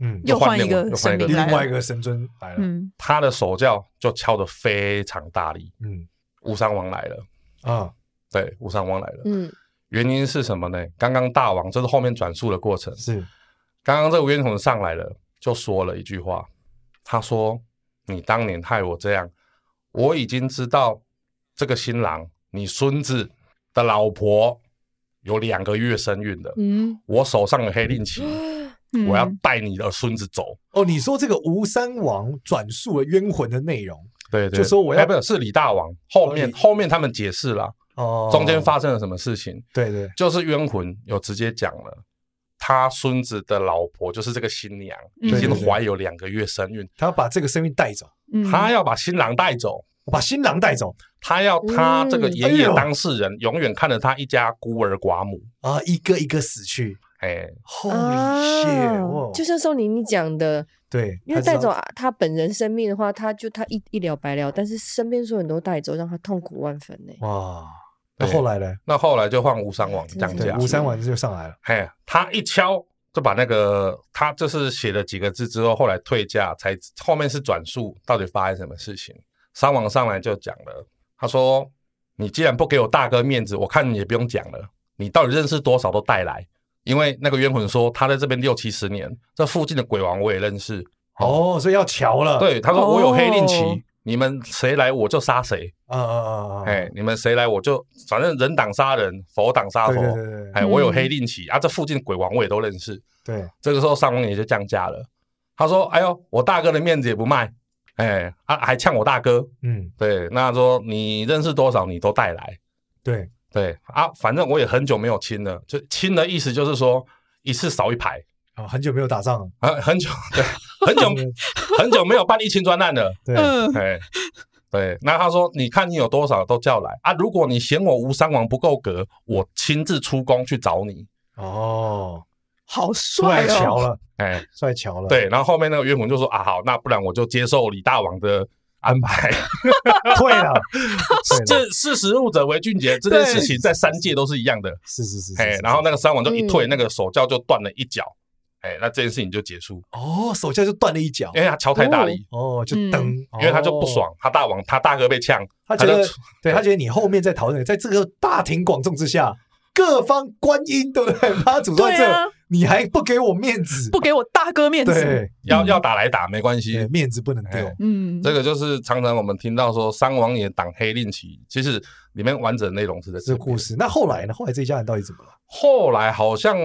Speaker 5: 嗯，
Speaker 1: 又换一
Speaker 6: 又
Speaker 1: 个
Speaker 6: 换另外
Speaker 1: 神明
Speaker 5: 另
Speaker 1: 来了，
Speaker 5: 外一个神尊来了，
Speaker 1: 嗯，
Speaker 6: 他的手教就敲得非常大力，
Speaker 5: 嗯
Speaker 6: 无伤王来了，
Speaker 5: 啊，
Speaker 6: 对，无伤王来了。
Speaker 4: 嗯，
Speaker 6: 原因是什么呢？刚刚大王，这是后面转述的过程。
Speaker 5: 是
Speaker 6: 刚刚这个冤魂上来了，就说了一句话，他说：“你当年害我这样，我已经知道这个新郎，你孙子的老婆有两个月身孕了，
Speaker 4: 嗯，
Speaker 6: 我手上有黑令旗，
Speaker 1: 嗯
Speaker 6: 我要带你的孙子走。
Speaker 5: 哦，你说这个吴三王转述了冤魂的内容
Speaker 6: 对对，
Speaker 5: 就说我要
Speaker 6: 哎不是是李大王，后
Speaker 5: 哦
Speaker 6: 面、
Speaker 5: 李
Speaker 6: 后面他们解释了
Speaker 5: 哦，
Speaker 6: 中间发生了什么事情，
Speaker 5: 对对
Speaker 6: 就是冤魂有直接讲了。他孙子的老婆就是这个新娘，
Speaker 1: 嗯
Speaker 6: 已
Speaker 5: 对
Speaker 6: 经
Speaker 5: 对对
Speaker 6: 怀有两个月身孕，
Speaker 5: 他把这个生命带走，
Speaker 1: 嗯
Speaker 6: 他要把新郎带走，
Speaker 5: 把新郎带走
Speaker 6: 他要他这个爷
Speaker 5: 哎
Speaker 6: 爷
Speaker 5: 呦
Speaker 6: 当事人永远看着他一家孤儿寡母，
Speaker 5: 啊，一个一个死去
Speaker 6: 哎，
Speaker 5: ，Holy
Speaker 4: 啊
Speaker 5: shit！哇
Speaker 4: 就像宋林你讲的，
Speaker 5: 对，
Speaker 4: 因
Speaker 5: 他
Speaker 4: 为
Speaker 5: 知
Speaker 4: 带
Speaker 5: 道
Speaker 4: 走啊他本人生命的话，他就他一一了百了，但是身边所有人都带走，让他痛苦万分呢。
Speaker 5: 哇，那
Speaker 6: 对
Speaker 5: 后来呢？
Speaker 6: 那后来就换吴三王讲
Speaker 5: 对，
Speaker 6: 价，
Speaker 5: 吴三王就上来了，
Speaker 6: 嘿，他一敲就把那个他就是写了几个字之后，后来退价才后面是转述到底发生什么事情。三王上来就讲了，他说：“你既然不给我大哥面子，我看你也不用讲了，你到底认识多少都带来。”因为那个冤魂说他在这边六七十年，这附近的鬼王我也认识。
Speaker 5: 哦，所以要瞧了，，
Speaker 6: 对，他说我有黑令旗，
Speaker 1: 哦
Speaker 6: 你们谁来我就杀谁，
Speaker 5: 啊啊啊，
Speaker 6: 哎、你们谁来我就反正人挡杀人，佛挡杀
Speaker 5: 对
Speaker 6: 佛，
Speaker 5: 对对对
Speaker 6: 哎，我有黑令旗、啊，这附近的鬼王我也都认识。
Speaker 5: 对，
Speaker 6: 这个时候上王爷就降价了，他说：“哎呦，我大哥的面子也不卖，哎啊，还呛我大哥。
Speaker 5: 嗯，
Speaker 6: 对，那说你认识多少你都带来，
Speaker 5: 对，
Speaker 6: 对啊，反正我也很久没有亲了，就亲的意思就是说一次少一排。”
Speaker 5: 啊，很久没有打仗了，
Speaker 6: 啊，很久，对，很 久，很久没有办一清专案了。
Speaker 5: 对，
Speaker 1: 嗯
Speaker 6: 哎， 对，那他说，你看你有多少都叫来啊？如果你嫌我吴三王不够格，我亲自出宫去找你。
Speaker 5: 哦，
Speaker 1: 好
Speaker 5: 出来
Speaker 1: 帅
Speaker 5: 瞧
Speaker 1: 哦，
Speaker 5: 了，
Speaker 6: 哎，
Speaker 5: 出来瞧了，，
Speaker 6: 对，然后后面那个冤魂就说啊，好，那不然我就接受李大王的安排。
Speaker 5: 退了， 对了，
Speaker 6: 这识时务者为俊杰这件事情在三界都是一样的。
Speaker 5: 是是是，是
Speaker 6: 哎
Speaker 5: 是，
Speaker 6: 然后那个三王就一退，
Speaker 4: 嗯
Speaker 6: 那个手教就断了一脚。哎，那这件事情就结束，
Speaker 5: 哦，手下就断了一脚
Speaker 6: 因，为他敲太大力，
Speaker 5: 哦，就
Speaker 1: 嗯
Speaker 5: 噔，
Speaker 6: 哎因为他就
Speaker 5: 哦
Speaker 6: 不爽，他大王他大哥被呛，
Speaker 5: 他觉得嗯
Speaker 6: 就，
Speaker 5: 对他觉得你后面在讨论，在这个大庭广众之下，各方观音，对不对？把 他组在
Speaker 1: 对
Speaker 5: 这，
Speaker 1: 啊
Speaker 5: 你还不给我面子，
Speaker 1: 不给我大哥面子，
Speaker 5: 对，
Speaker 6: 要要打来打没关系
Speaker 5: 对，面子不能丢。
Speaker 6: 哎
Speaker 1: 嗯，
Speaker 6: 这个就是常常我们听到说三王爷挡黑令旗，其实里面完整的内容是在
Speaker 5: 这
Speaker 6: 这
Speaker 5: 个故
Speaker 6: 边。
Speaker 5: 事，那后来呢？后来这一家人到底怎么了？
Speaker 6: 后来好像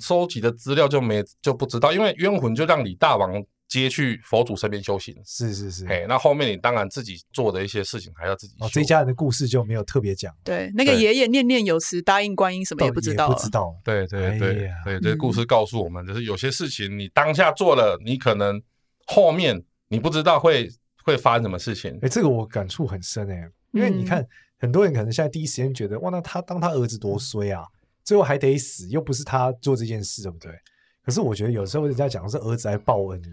Speaker 6: 收集的资料就没就不知道，因为冤魂就让李大王接去佛祖身边修行。
Speaker 5: 是是是，
Speaker 6: 哎，那后面你当然自己做的一些事情还要自己修。
Speaker 5: 哦，这一家人的故事就没有特别讲，
Speaker 1: 对，那个
Speaker 6: 对
Speaker 1: 爷爷念念有词，答应观音什么也不知道
Speaker 5: 也
Speaker 1: 了
Speaker 5: 不，知道。
Speaker 6: 对对
Speaker 5: 哎
Speaker 6: 对
Speaker 5: 呀
Speaker 6: 对，这故事告诉我们，就是有些事情你当下做了，你可能后面你不知道会会发生什么事情。
Speaker 5: 哎，这个我感触很深哎，因
Speaker 1: 嗯
Speaker 5: 为你看，很多人可能现在第一时间觉得，哇，那他当他儿子多衰啊，最后还得死，又不是他做这件事，对不对？可是我觉得有时候人家讲是儿子来报恩的，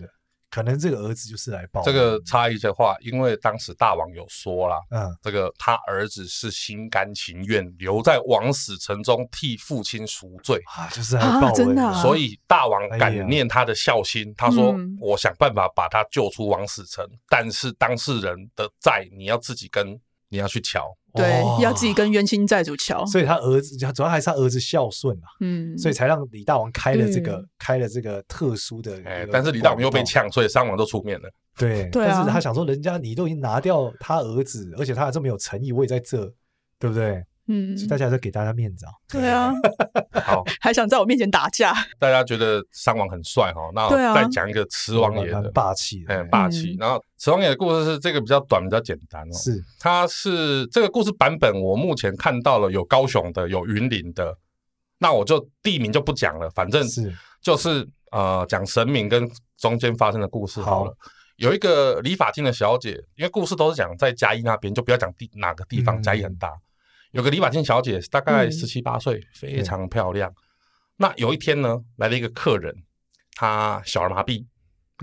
Speaker 5: 可能这个儿子就是来报恩
Speaker 6: 这
Speaker 5: 的
Speaker 6: 个差异的话，因为当时大王有说啦，
Speaker 5: 嗯，
Speaker 6: 这个他儿子是心甘情愿留在王死城中替父亲赎罪，
Speaker 5: 啊，就是来
Speaker 1: 啊
Speaker 5: 报恩
Speaker 1: 真的
Speaker 5: 的
Speaker 1: 啊
Speaker 6: 所以大王
Speaker 5: 哎呀
Speaker 6: 感念他的孝心，他说
Speaker 1: 嗯：“
Speaker 6: 我想办法把他救出王死城，但是当事人的债你要自己跟，你要去瞧。
Speaker 1: 对
Speaker 5: 哇，
Speaker 1: 要自己跟冤亲债主瞧，
Speaker 5: 所以他儿子主要还是他儿子孝顺啊，
Speaker 1: 嗯，
Speaker 5: 所以才让李大王开了这个、
Speaker 4: 嗯
Speaker 5: 开了这个特殊的一个
Speaker 6: 哎
Speaker 5: 管道。，
Speaker 6: 但是李大王又被呛，所以三王都 出面了。
Speaker 5: 对，
Speaker 1: 对啊
Speaker 5: 但是他想说，人家你都已经拿掉他儿子，而且他还这么有诚意，我也在这，对不对？
Speaker 1: 嗯，
Speaker 5: 所以大家就给大家面子啊。
Speaker 1: 对 啊，
Speaker 6: 好，
Speaker 1: 还想在我面前打 架，
Speaker 6: 大家觉得三王很帅哈，那
Speaker 1: 对啊
Speaker 6: 再讲一个慈王爷
Speaker 5: 蛮
Speaker 6: 的
Speaker 5: 蛮，霸气的，
Speaker 6: 哎，
Speaker 5: 对
Speaker 6: 霸气
Speaker 1: 嗯。
Speaker 6: 然后慈王爷的故事是这个比较短，比较简单哦。
Speaker 5: 是
Speaker 6: 它是这个故事版本，我目前看到了有高雄的，有云林的，那我就地名就不讲了，反正
Speaker 5: 是
Speaker 6: 就是呃讲神明跟中间发生的故事好了。有一个理发厅的小姐，因为故事都是讲在嘉义那边，就不要讲地哪个地方，
Speaker 5: 嗯
Speaker 6: 嘉义很大。有个理发厅小姐，大概
Speaker 1: 嗯
Speaker 6: 十七八岁，非常漂亮。那有一天呢，来了一个客人，他小儿麻痹，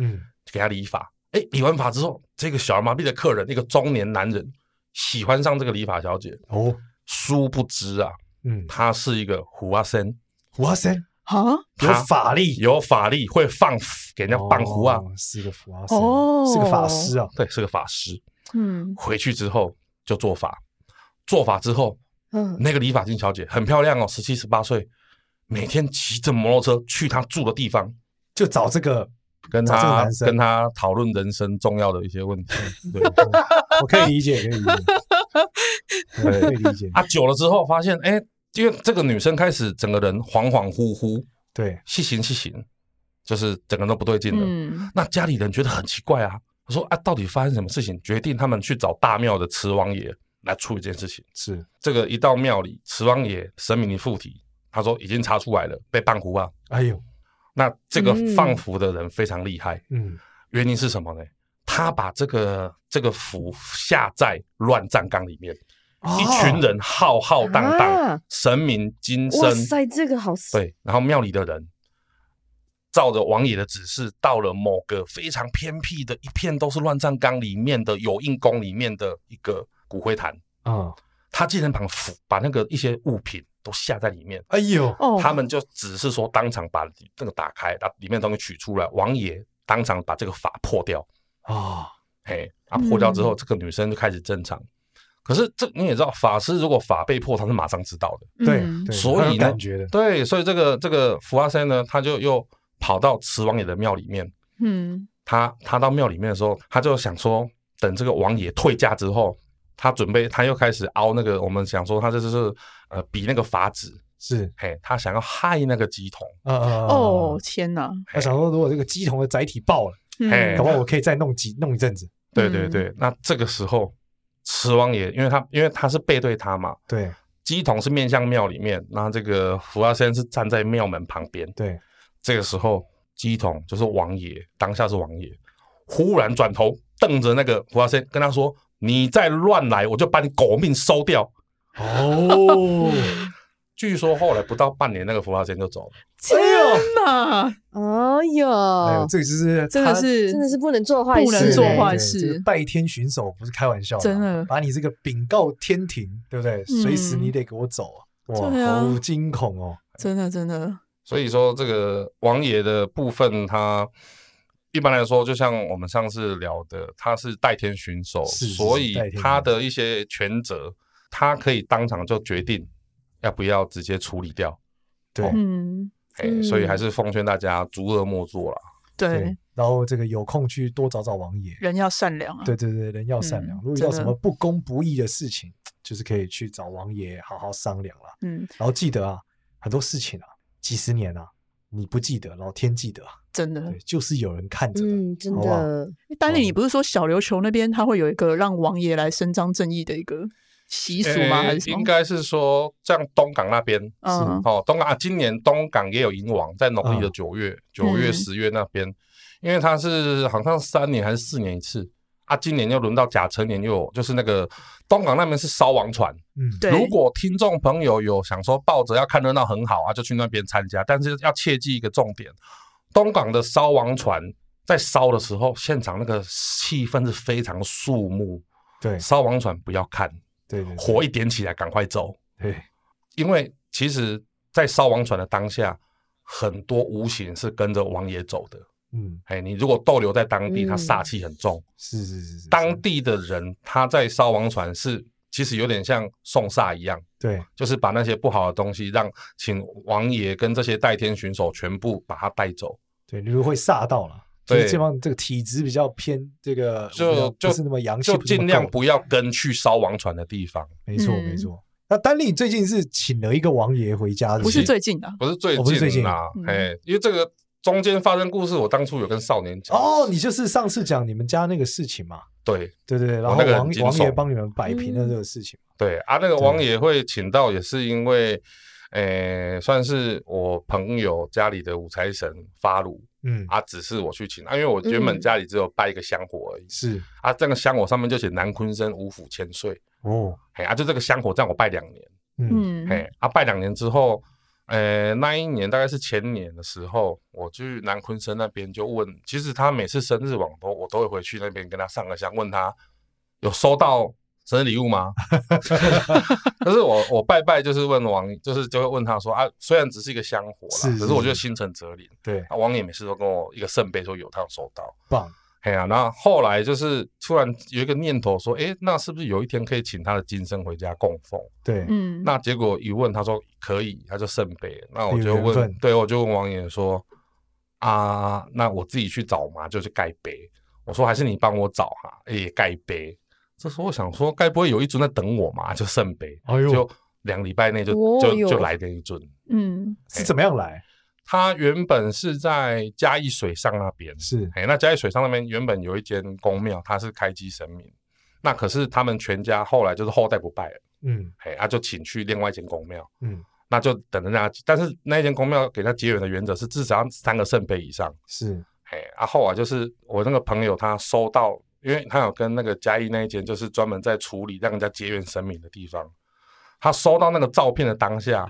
Speaker 5: 嗯，
Speaker 6: 给他理发。哎，理完发之后，这个小儿麻痹的客人，一个中年男人，喜欢上这个理发小姐。
Speaker 5: 哦，
Speaker 6: 殊不知啊，
Speaker 5: 嗯，
Speaker 6: 她是一个胡阿生，
Speaker 5: 哇塞，
Speaker 1: 啊，
Speaker 5: 有
Speaker 6: 他
Speaker 5: 法力，
Speaker 6: 有法力，会放符给人家放符啊。
Speaker 5: 哦，是个符啊，哦
Speaker 1: 哦，
Speaker 5: 是个法师啊，
Speaker 6: 对，是个法师。
Speaker 1: 嗯，
Speaker 6: 回去之后就做法，做法之后，
Speaker 4: 嗯，
Speaker 6: 那个理发金小姐很漂亮哦，十七十八岁，每天骑着摩托车去她住的地方，
Speaker 5: 就找这个，
Speaker 6: 跟
Speaker 5: 找这个
Speaker 6: 她
Speaker 5: 男生
Speaker 6: 跟她讨论人生重要的一些问题。对
Speaker 5: 我可以理解，可以 理解，对可以理解，
Speaker 6: 啊，久了之后发现，哎，因为这个女生开始整个人恍恍惚惚，
Speaker 5: 对，
Speaker 6: 细行细行，就是整个人都不对劲了。
Speaker 2: 嗯，
Speaker 6: 那家里人觉得很奇怪啊，我说啊，到底发生什么事情？决定他们去找大庙的池王爷来处理这件事情。
Speaker 5: 是
Speaker 6: 这个一到庙里，池王爷神明的附体，他说已经查出来了，被半糊啊。
Speaker 5: 哎呦，
Speaker 6: 那这个
Speaker 4: 嗯
Speaker 6: 放符的人非常厉害，
Speaker 5: 嗯，
Speaker 6: 原因是什么呢？他把这个这个符下在乱葬岗里面，一群人浩浩荡荡
Speaker 4: 哦啊，
Speaker 6: 神明金身
Speaker 4: 哇，塞，这个好帅，
Speaker 6: 嗯对，然后庙里的人照着王爷的指示，到了某个非常偏僻的一片都是乱葬岗里面的有印宫里面的一个骨灰坛，
Speaker 5: 啊，
Speaker 6: 他竟然把符把那个一些物品都下在里面。
Speaker 5: 哎呦，
Speaker 1: 哦，
Speaker 6: 他们就只是说当场把那个打开，把里面的东西取出来，王爷当场把这个法破掉，
Speaker 5: 啊，
Speaker 6: 嘿，啊破掉之后，这个女生就开始正常。可是这你也知道，法师如果法被破，他是马上知道的，
Speaker 5: 对，
Speaker 2: 嗯
Speaker 5: 对
Speaker 6: 所
Speaker 5: 他有
Speaker 6: 以呢
Speaker 5: 感觉的，
Speaker 6: 对，所以这个这个福阿三呢，他就又跑到慈王爷的庙里面，
Speaker 1: 嗯，
Speaker 6: 他他到庙里面的时候，他就想说，等这个王爷退驾之后，他准备他又开始凹那个，我们想说他这就是呃比那个法子，
Speaker 5: 是，
Speaker 6: 嘿，他想要害那个鸡童，
Speaker 5: 啊啊，啊
Speaker 1: 哦，，天哪，
Speaker 5: 我想说，如果这个鸡童的载体爆了，
Speaker 6: 嘿
Speaker 1: 嗯
Speaker 5: 搞不好我可以再弄几弄一阵子，
Speaker 6: 对对对，那这个时候池王爷，因为他因为他是背对他嘛，
Speaker 5: 对
Speaker 6: 鸡童是面向庙里面，那这个福阿仙是站在庙门旁边。
Speaker 5: 对，
Speaker 6: 这个时候，鸡童就是王爷，当下是王爷，忽然转头瞪着那个福阿仙，跟他说：“你再乱来，我就把你狗命收掉。
Speaker 5: 哦，”
Speaker 6: 据说后来不到半年，那个福阿仙就走了。
Speaker 1: 天
Speaker 3: 啊
Speaker 1: 哪，
Speaker 4: 哎
Speaker 5: 哎
Speaker 4: 呦
Speaker 5: 呦，，这个就是
Speaker 1: 真的
Speaker 5: 他
Speaker 1: 是
Speaker 4: 真的是不能做坏事，欸
Speaker 1: 不能做
Speaker 5: 对
Speaker 1: 坏
Speaker 5: 对
Speaker 1: 事
Speaker 5: 这个拜天巡守不是开玩笑啊，
Speaker 1: 真的
Speaker 5: 把你这个禀告天庭，对不对？
Speaker 1: 嗯
Speaker 5: 随时你得给我走啊！
Speaker 1: 对啊
Speaker 5: 哇，好惊恐哦！
Speaker 1: 真的真的，
Speaker 6: 所以说，这个王爷的部分，他一般来说，就像我们上次聊的，他是代天巡守，
Speaker 5: 是是
Speaker 6: 所以
Speaker 5: 代天巡守
Speaker 6: 他的一些权责，他可以当场就决定要不要直接处理掉。
Speaker 5: 对
Speaker 1: 嗯，
Speaker 6: 哎、
Speaker 4: 嗯
Speaker 6: 所以还是奉劝大家逐恶莫作啦。
Speaker 1: 对，，
Speaker 5: 然后这个有空去多找找王爷。
Speaker 1: 人要善良啊，
Speaker 5: 对对对，人要善良，
Speaker 1: 嗯
Speaker 5: 如果遇到
Speaker 1: 真的
Speaker 5: 什么不公不义的事情，就是可以去找王爷好好商量啦。
Speaker 1: 嗯，
Speaker 5: 然后记得啊，很多事情啊，几十年啊，你不记得，老天记得啊，
Speaker 1: 真的。哎
Speaker 5: 对，就是有人看着的。
Speaker 4: 嗯，真
Speaker 5: 好不好
Speaker 4: 的，
Speaker 1: 丹尼，你不是说小琉球那边他会有一个让王爷来伸张正义的一个习俗吗？
Speaker 6: 哎
Speaker 1: 还是什么？
Speaker 6: 应该是说，像东港那边，
Speaker 1: 嗯
Speaker 6: 哦，东港啊，今年东港也有迎王，在农历的
Speaker 5: 嗯
Speaker 6: 九月、九月、
Speaker 1: 嗯
Speaker 6: 十月那边，因为它是好像三年还是四年一次啊，今年又轮到甲辰年又有，就是那个东港那边是烧王船。
Speaker 5: 嗯，
Speaker 1: 对，
Speaker 6: 如果听众朋友有想说抱着要看热闹很好啊，就去那边参加，但是要切记一个重点，东港的烧王船在烧的时候，现场那个气氛是非常肃穆，
Speaker 5: 对
Speaker 6: 烧王船不要看，
Speaker 5: 对对，对
Speaker 6: 火一点起来赶快走。
Speaker 5: 对
Speaker 6: 因为其实，在烧王船的当下，很多无形是跟着王爷走的。
Speaker 5: 嗯，
Speaker 6: 哎，你如果逗留在当地，
Speaker 4: 嗯
Speaker 6: 他煞气很重。
Speaker 5: 是是是是，
Speaker 6: 当
Speaker 5: 是
Speaker 6: 地的人他在烧王船是，其实有点像送煞一样，
Speaker 5: 对
Speaker 6: 就是把那些不好的东西让请王爷跟这些代天巡守全部把他带走。
Speaker 5: 对，你如果会煞到了。就
Speaker 6: 对
Speaker 5: 是这帮这个体质比较偏，这个比较
Speaker 6: 就就
Speaker 5: 不是那么阳气
Speaker 6: 就
Speaker 5: 不是那
Speaker 6: 尽
Speaker 5: 么
Speaker 6: 量
Speaker 5: 够
Speaker 6: 不要跟去烧王船的地方。
Speaker 5: 没错
Speaker 1: 嗯
Speaker 5: 没错。那丹丽最近是请了一个王爷回家，
Speaker 1: 不是最近啊，
Speaker 6: 不是最
Speaker 5: 哦不是最
Speaker 6: 近
Speaker 5: 近
Speaker 6: 啦，
Speaker 1: 嗯
Speaker 6: 哎，因为这个中间发生故事，我当初有跟少年讲。
Speaker 5: 哦，你就是上次讲你们家那个事情嘛，
Speaker 6: 对，
Speaker 5: 对对对，然
Speaker 6: 我
Speaker 5: 后
Speaker 6: 哦那个很
Speaker 5: 王
Speaker 6: 惊
Speaker 5: 王爷
Speaker 6: 悚
Speaker 5: 帮你们摆平了这个事情，
Speaker 6: 对啊，那个王爷会请到，也是因为，诶、算是我朋友家里的五财神发炉
Speaker 5: 嗯，
Speaker 6: 啊，只是我去请啊，因为我原本
Speaker 4: 嗯
Speaker 6: 家里只有拜一个香火而已、
Speaker 5: 是
Speaker 6: 啊，这个香火上面就写南昆生五府千岁，
Speaker 5: 哦，
Speaker 6: 嘿啊，就这个香火让我拜两年，
Speaker 5: 嗯
Speaker 1: 嗯，
Speaker 6: 嘿啊，拜两年之后，呃，那一年大概是前年的时候，我去南昆生那边就问，其实他每次生日网都我都会回去那边跟他上个香，问他有收到生日礼物吗？ 可是我我拜拜就是问王，就是就会问他说啊，虽然只是一个香火啦，
Speaker 5: 是是
Speaker 6: 可是我觉得心诚则灵。
Speaker 5: 对，
Speaker 6: 啊，王爷每次都跟我一个圣杯说有，他有收到。
Speaker 5: 棒，
Speaker 6: 嘿呀、啊，然后后来就是突然有一个念头说，诶，那是不是有一天可以请他的金身回家供奉？
Speaker 5: 对，
Speaker 2: 嗯，
Speaker 6: 那结果一问，他说可以，他就圣杯了。那我就
Speaker 5: 有缘
Speaker 6: 问
Speaker 5: 分，
Speaker 6: 对，我就问王爷说啊，那我自己去找嘛，就去盖杯。我说还是你帮我找哈、诶，盖杯。这时候我想说，该不会有一尊在等我嘛？就圣杯，
Speaker 5: 哎呦
Speaker 6: 就两个礼拜内就、
Speaker 4: 哦
Speaker 6: 就
Speaker 4: 哟
Speaker 6: 就来那一尊。
Speaker 2: 嗯，
Speaker 5: 是怎么样来？
Speaker 6: 他原本是在嘉义水上那边，
Speaker 5: 是
Speaker 6: 哎，那嘉义水上那边原本有一间宫庙，它是开基神明，那可是他们全家后来就是后代不拜了，
Speaker 5: 嗯
Speaker 6: 哎，他、就请去另外一间宫庙，
Speaker 5: 嗯，
Speaker 6: 那就等着那，但是那一间宫庙给他结缘的原则是至少要三个圣杯以上，
Speaker 5: 是
Speaker 6: 哎，啊，后来就是我那个朋友他收到，因为他有跟那个嘉义那一间就是专门在处理让人家结缘神明的地方，他收到那个照片的当下，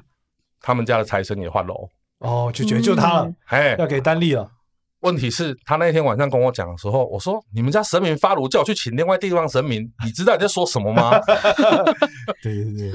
Speaker 6: 他们家的财神也换楼，
Speaker 5: 哦，就觉得就他了
Speaker 2: 嗯，
Speaker 6: 哎，
Speaker 5: 要给丹立了，
Speaker 6: 问题是，他那天晚上跟我讲的时候，我说：“你们家神明发炉，叫我去请另外地方神明，你知道你在说什么吗
Speaker 5: 对对对，？”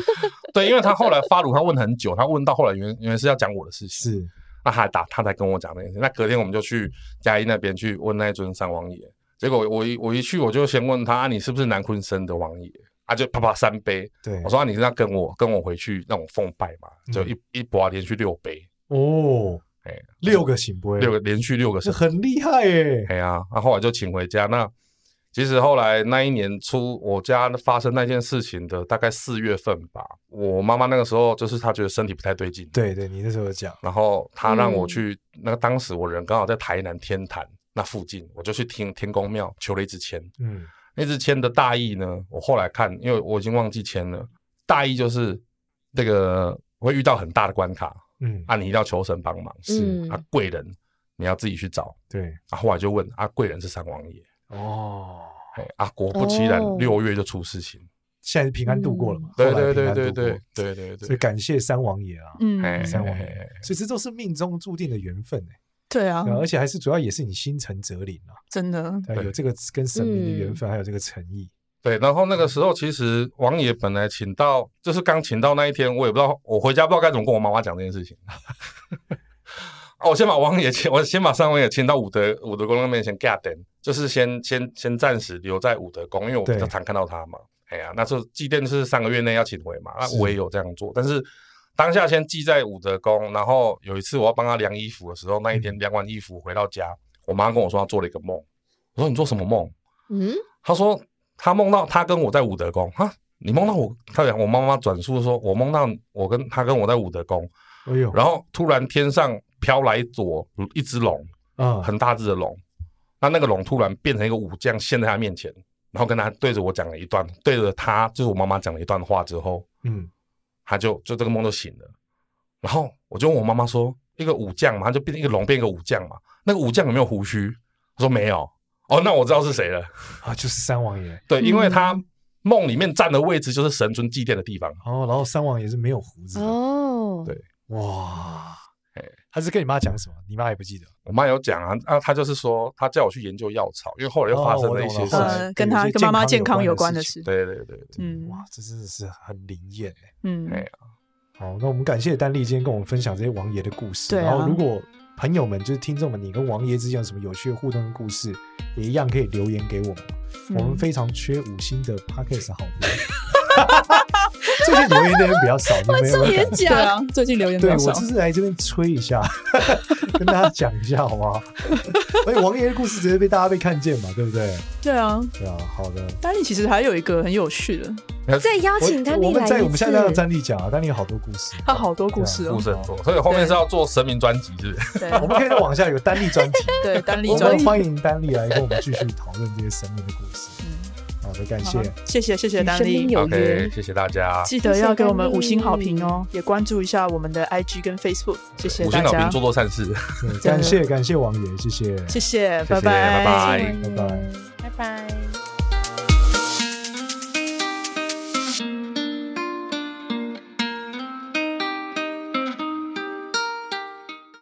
Speaker 6: 对，因为他后来发炉，他问很久，他问到后来原原来是要讲我的事情，
Speaker 5: 是
Speaker 6: 那他还打他才跟我讲那件事。那隔天我们就去嘉义那边去问那一尊三王爷，结果我一我一去我就先问他、啊你是不是南昆生的王爷？啊，就啪啪三杯。
Speaker 5: 对，
Speaker 6: 我说、啊、你是要跟我跟我回去让我奉拜嘛？就
Speaker 5: 嗯
Speaker 6: 一、一波啊连续六杯，
Speaker 5: 哦，
Speaker 6: 哎，
Speaker 5: 六个醒不会，
Speaker 6: 六个连续六个
Speaker 5: 这
Speaker 6: 神
Speaker 5: 很厉害耶，
Speaker 6: 哎呀，那、后来就请回家。那其实后来那一年初，我家发生那件事情的大概四月份吧，我妈妈那个时候就是她觉得身体不太对劲，，
Speaker 5: 对对，你那时候有讲，
Speaker 6: 然后她让我
Speaker 4: 嗯
Speaker 6: 去，那个当时我人刚好在台南天坛那附近，我就去天天宫庙求了一支签。
Speaker 5: 嗯，
Speaker 6: 那支签的大意呢，我后来看，因为我已经忘记签了，大意就是那个会遇到很大的关卡，
Speaker 5: 嗯，
Speaker 6: 啊，你一定要求神帮忙，
Speaker 5: 是
Speaker 6: 啊，贵人你要自己去找。
Speaker 5: 对，
Speaker 6: 啊，后来就问啊，贵人是三王爷。
Speaker 5: 哦，
Speaker 6: 哎啊，果不其然
Speaker 4: 哦，
Speaker 6: 六月就出事情。
Speaker 5: 现在平安度过了嘛，
Speaker 6: 嗯
Speaker 5: 后
Speaker 6: 对
Speaker 5: 来平
Speaker 6: 对对
Speaker 5: 安
Speaker 6: 对
Speaker 5: 度过
Speaker 6: 对对对
Speaker 5: 所以
Speaker 6: 对，
Speaker 5: 感谢三王爷啊，
Speaker 6: 哎
Speaker 2: 嗯，
Speaker 5: 三王
Speaker 6: 哎
Speaker 5: 爷，所以这都是命中注定的缘分哎，
Speaker 1: 对啊，
Speaker 5: 对啊而且还是主要也是你心诚则灵啊，
Speaker 1: 真的，
Speaker 5: 对啊，
Speaker 6: 嗯对
Speaker 5: 有这个跟神明的缘分，还有这个诚意，
Speaker 6: 对。然后那个时候，其实王爷本来请到，就是刚请到那一天，我也不知道，我回家不知道该怎么跟我妈妈讲这件事情。 哦，我先把王爷请，我先把三王爷请到武德武德宫那边先 get 等，就是先先先暂时留在武德宫，因为我比较
Speaker 5: 对
Speaker 6: 常看到他嘛。哎呀，那时候祭奠是三个月内要请回嘛，那
Speaker 5: 是
Speaker 6: 我也有这样做，但是当下先寄在武德宫，然后有一次我要帮他量衣服的时候，那一天
Speaker 5: 嗯
Speaker 6: 量完衣服回到家，我妈跟我说她做了一个梦，我说你做什么梦？
Speaker 4: 嗯，
Speaker 6: 她说她梦到她跟我在武德宫哈。你梦到我，她讲我妈妈转述说，我梦到我跟她跟我在武德宫，
Speaker 5: 哎呦，
Speaker 6: 然后突然天上飘来一朵一只龙，
Speaker 5: 啊，
Speaker 6: 很大只的龙，那那个龙突然变成一个武将，现在他面前，然后跟他对着我讲了一段，对着他就是我妈妈讲了一段话之后，
Speaker 5: 嗯，
Speaker 6: 他就就这个梦就醒了。然后我就问我妈妈说，一个武将嘛，他就变成一个龙变一个武将嘛，那个武将有没有胡须？她说没有。哦，那我知道是谁了。
Speaker 5: 啊，就是三王爷，
Speaker 6: 对，因为
Speaker 5: 嗯
Speaker 6: 他梦里面站的位置就是神尊祭奠的地方。
Speaker 5: 哦，然后三王爷是没有胡子的，
Speaker 4: 哦，
Speaker 6: 对
Speaker 5: 哇
Speaker 6: 哎，
Speaker 5: 他是跟你妈讲什么？你妈也不记得，
Speaker 6: 我妈有讲啊，啊，她就是说，她叫我去研究药草，因为后来又发生了一些
Speaker 5: 哦我
Speaker 6: 事
Speaker 5: 懂
Speaker 6: 情。
Speaker 5: 了
Speaker 1: 呃，跟他
Speaker 5: 有一些
Speaker 1: 跟妈妈
Speaker 5: 健
Speaker 1: 健
Speaker 5: 康
Speaker 1: 康
Speaker 5: 有
Speaker 1: 有
Speaker 5: 关
Speaker 1: 关
Speaker 5: 的
Speaker 1: 的
Speaker 5: 事情
Speaker 1: 事，
Speaker 6: 对对对对，
Speaker 1: 嗯
Speaker 5: 哇，这真的是很灵验哎。
Speaker 1: 嗯，
Speaker 6: 哎
Speaker 5: 好，那我们感谢丹丽今天跟我们分享这些王爷的故事。
Speaker 1: 对啊
Speaker 5: 然后如果朋友们就是听众们，你跟王爷之间有什么有趣的互动跟故事，也一样可以留言给我们。
Speaker 1: 嗯
Speaker 5: 我们非常缺五星的 podcast 好评， 最近留言的人比较少，你们有没有感觉？
Speaker 1: 对啊，最近留言比
Speaker 5: 对
Speaker 1: 较
Speaker 5: 我
Speaker 1: 少
Speaker 5: 只，是来这边吹一下， 跟大家讲一下好不好？ 而且王爷的故事直接被大家被看见嘛，对不对？
Speaker 1: 对啊，
Speaker 5: 对啊，好的。
Speaker 1: 但是其实还有一个很有趣的，
Speaker 4: 再邀
Speaker 5: 我
Speaker 4: 请丹
Speaker 5: 我
Speaker 4: 尼
Speaker 5: 们
Speaker 4: 来
Speaker 5: 在我
Speaker 4: 一
Speaker 5: 们
Speaker 4: 次
Speaker 5: 现在让丹丽讲啊，丹丽有好多故事，
Speaker 1: 他好多故事哦
Speaker 6: 故，事很多，所以后面
Speaker 1: 对
Speaker 6: 是要做神明专辑，是不是？
Speaker 1: 对
Speaker 5: 我们可以再往下有丹丽专题。
Speaker 1: 对，单立
Speaker 5: 我
Speaker 1: 专
Speaker 5: 们
Speaker 1: 题，
Speaker 5: 欢迎丹丽来跟我们继续讨论这些神明的故事。好的，感谢
Speaker 1: 好。谢谢谢谢单
Speaker 4: 生命
Speaker 1: 立。
Speaker 4: 有
Speaker 6: OK，
Speaker 4: 约，
Speaker 6: 谢谢大家，
Speaker 1: 记得要给我
Speaker 4: 谢
Speaker 1: 们
Speaker 4: 谢丹立
Speaker 1: 五星好评哦，也关注一下我们的 IG 跟 Facebook，谢谢
Speaker 6: 五
Speaker 1: 大
Speaker 6: 星好
Speaker 1: 家
Speaker 6: 评，，做做善事。
Speaker 5: 对感谢感谢王爷，谢谢，
Speaker 1: 谢谢，
Speaker 6: 谢谢拜拜
Speaker 1: 拜
Speaker 6: 拜
Speaker 5: 拜拜。
Speaker 4: 拜拜。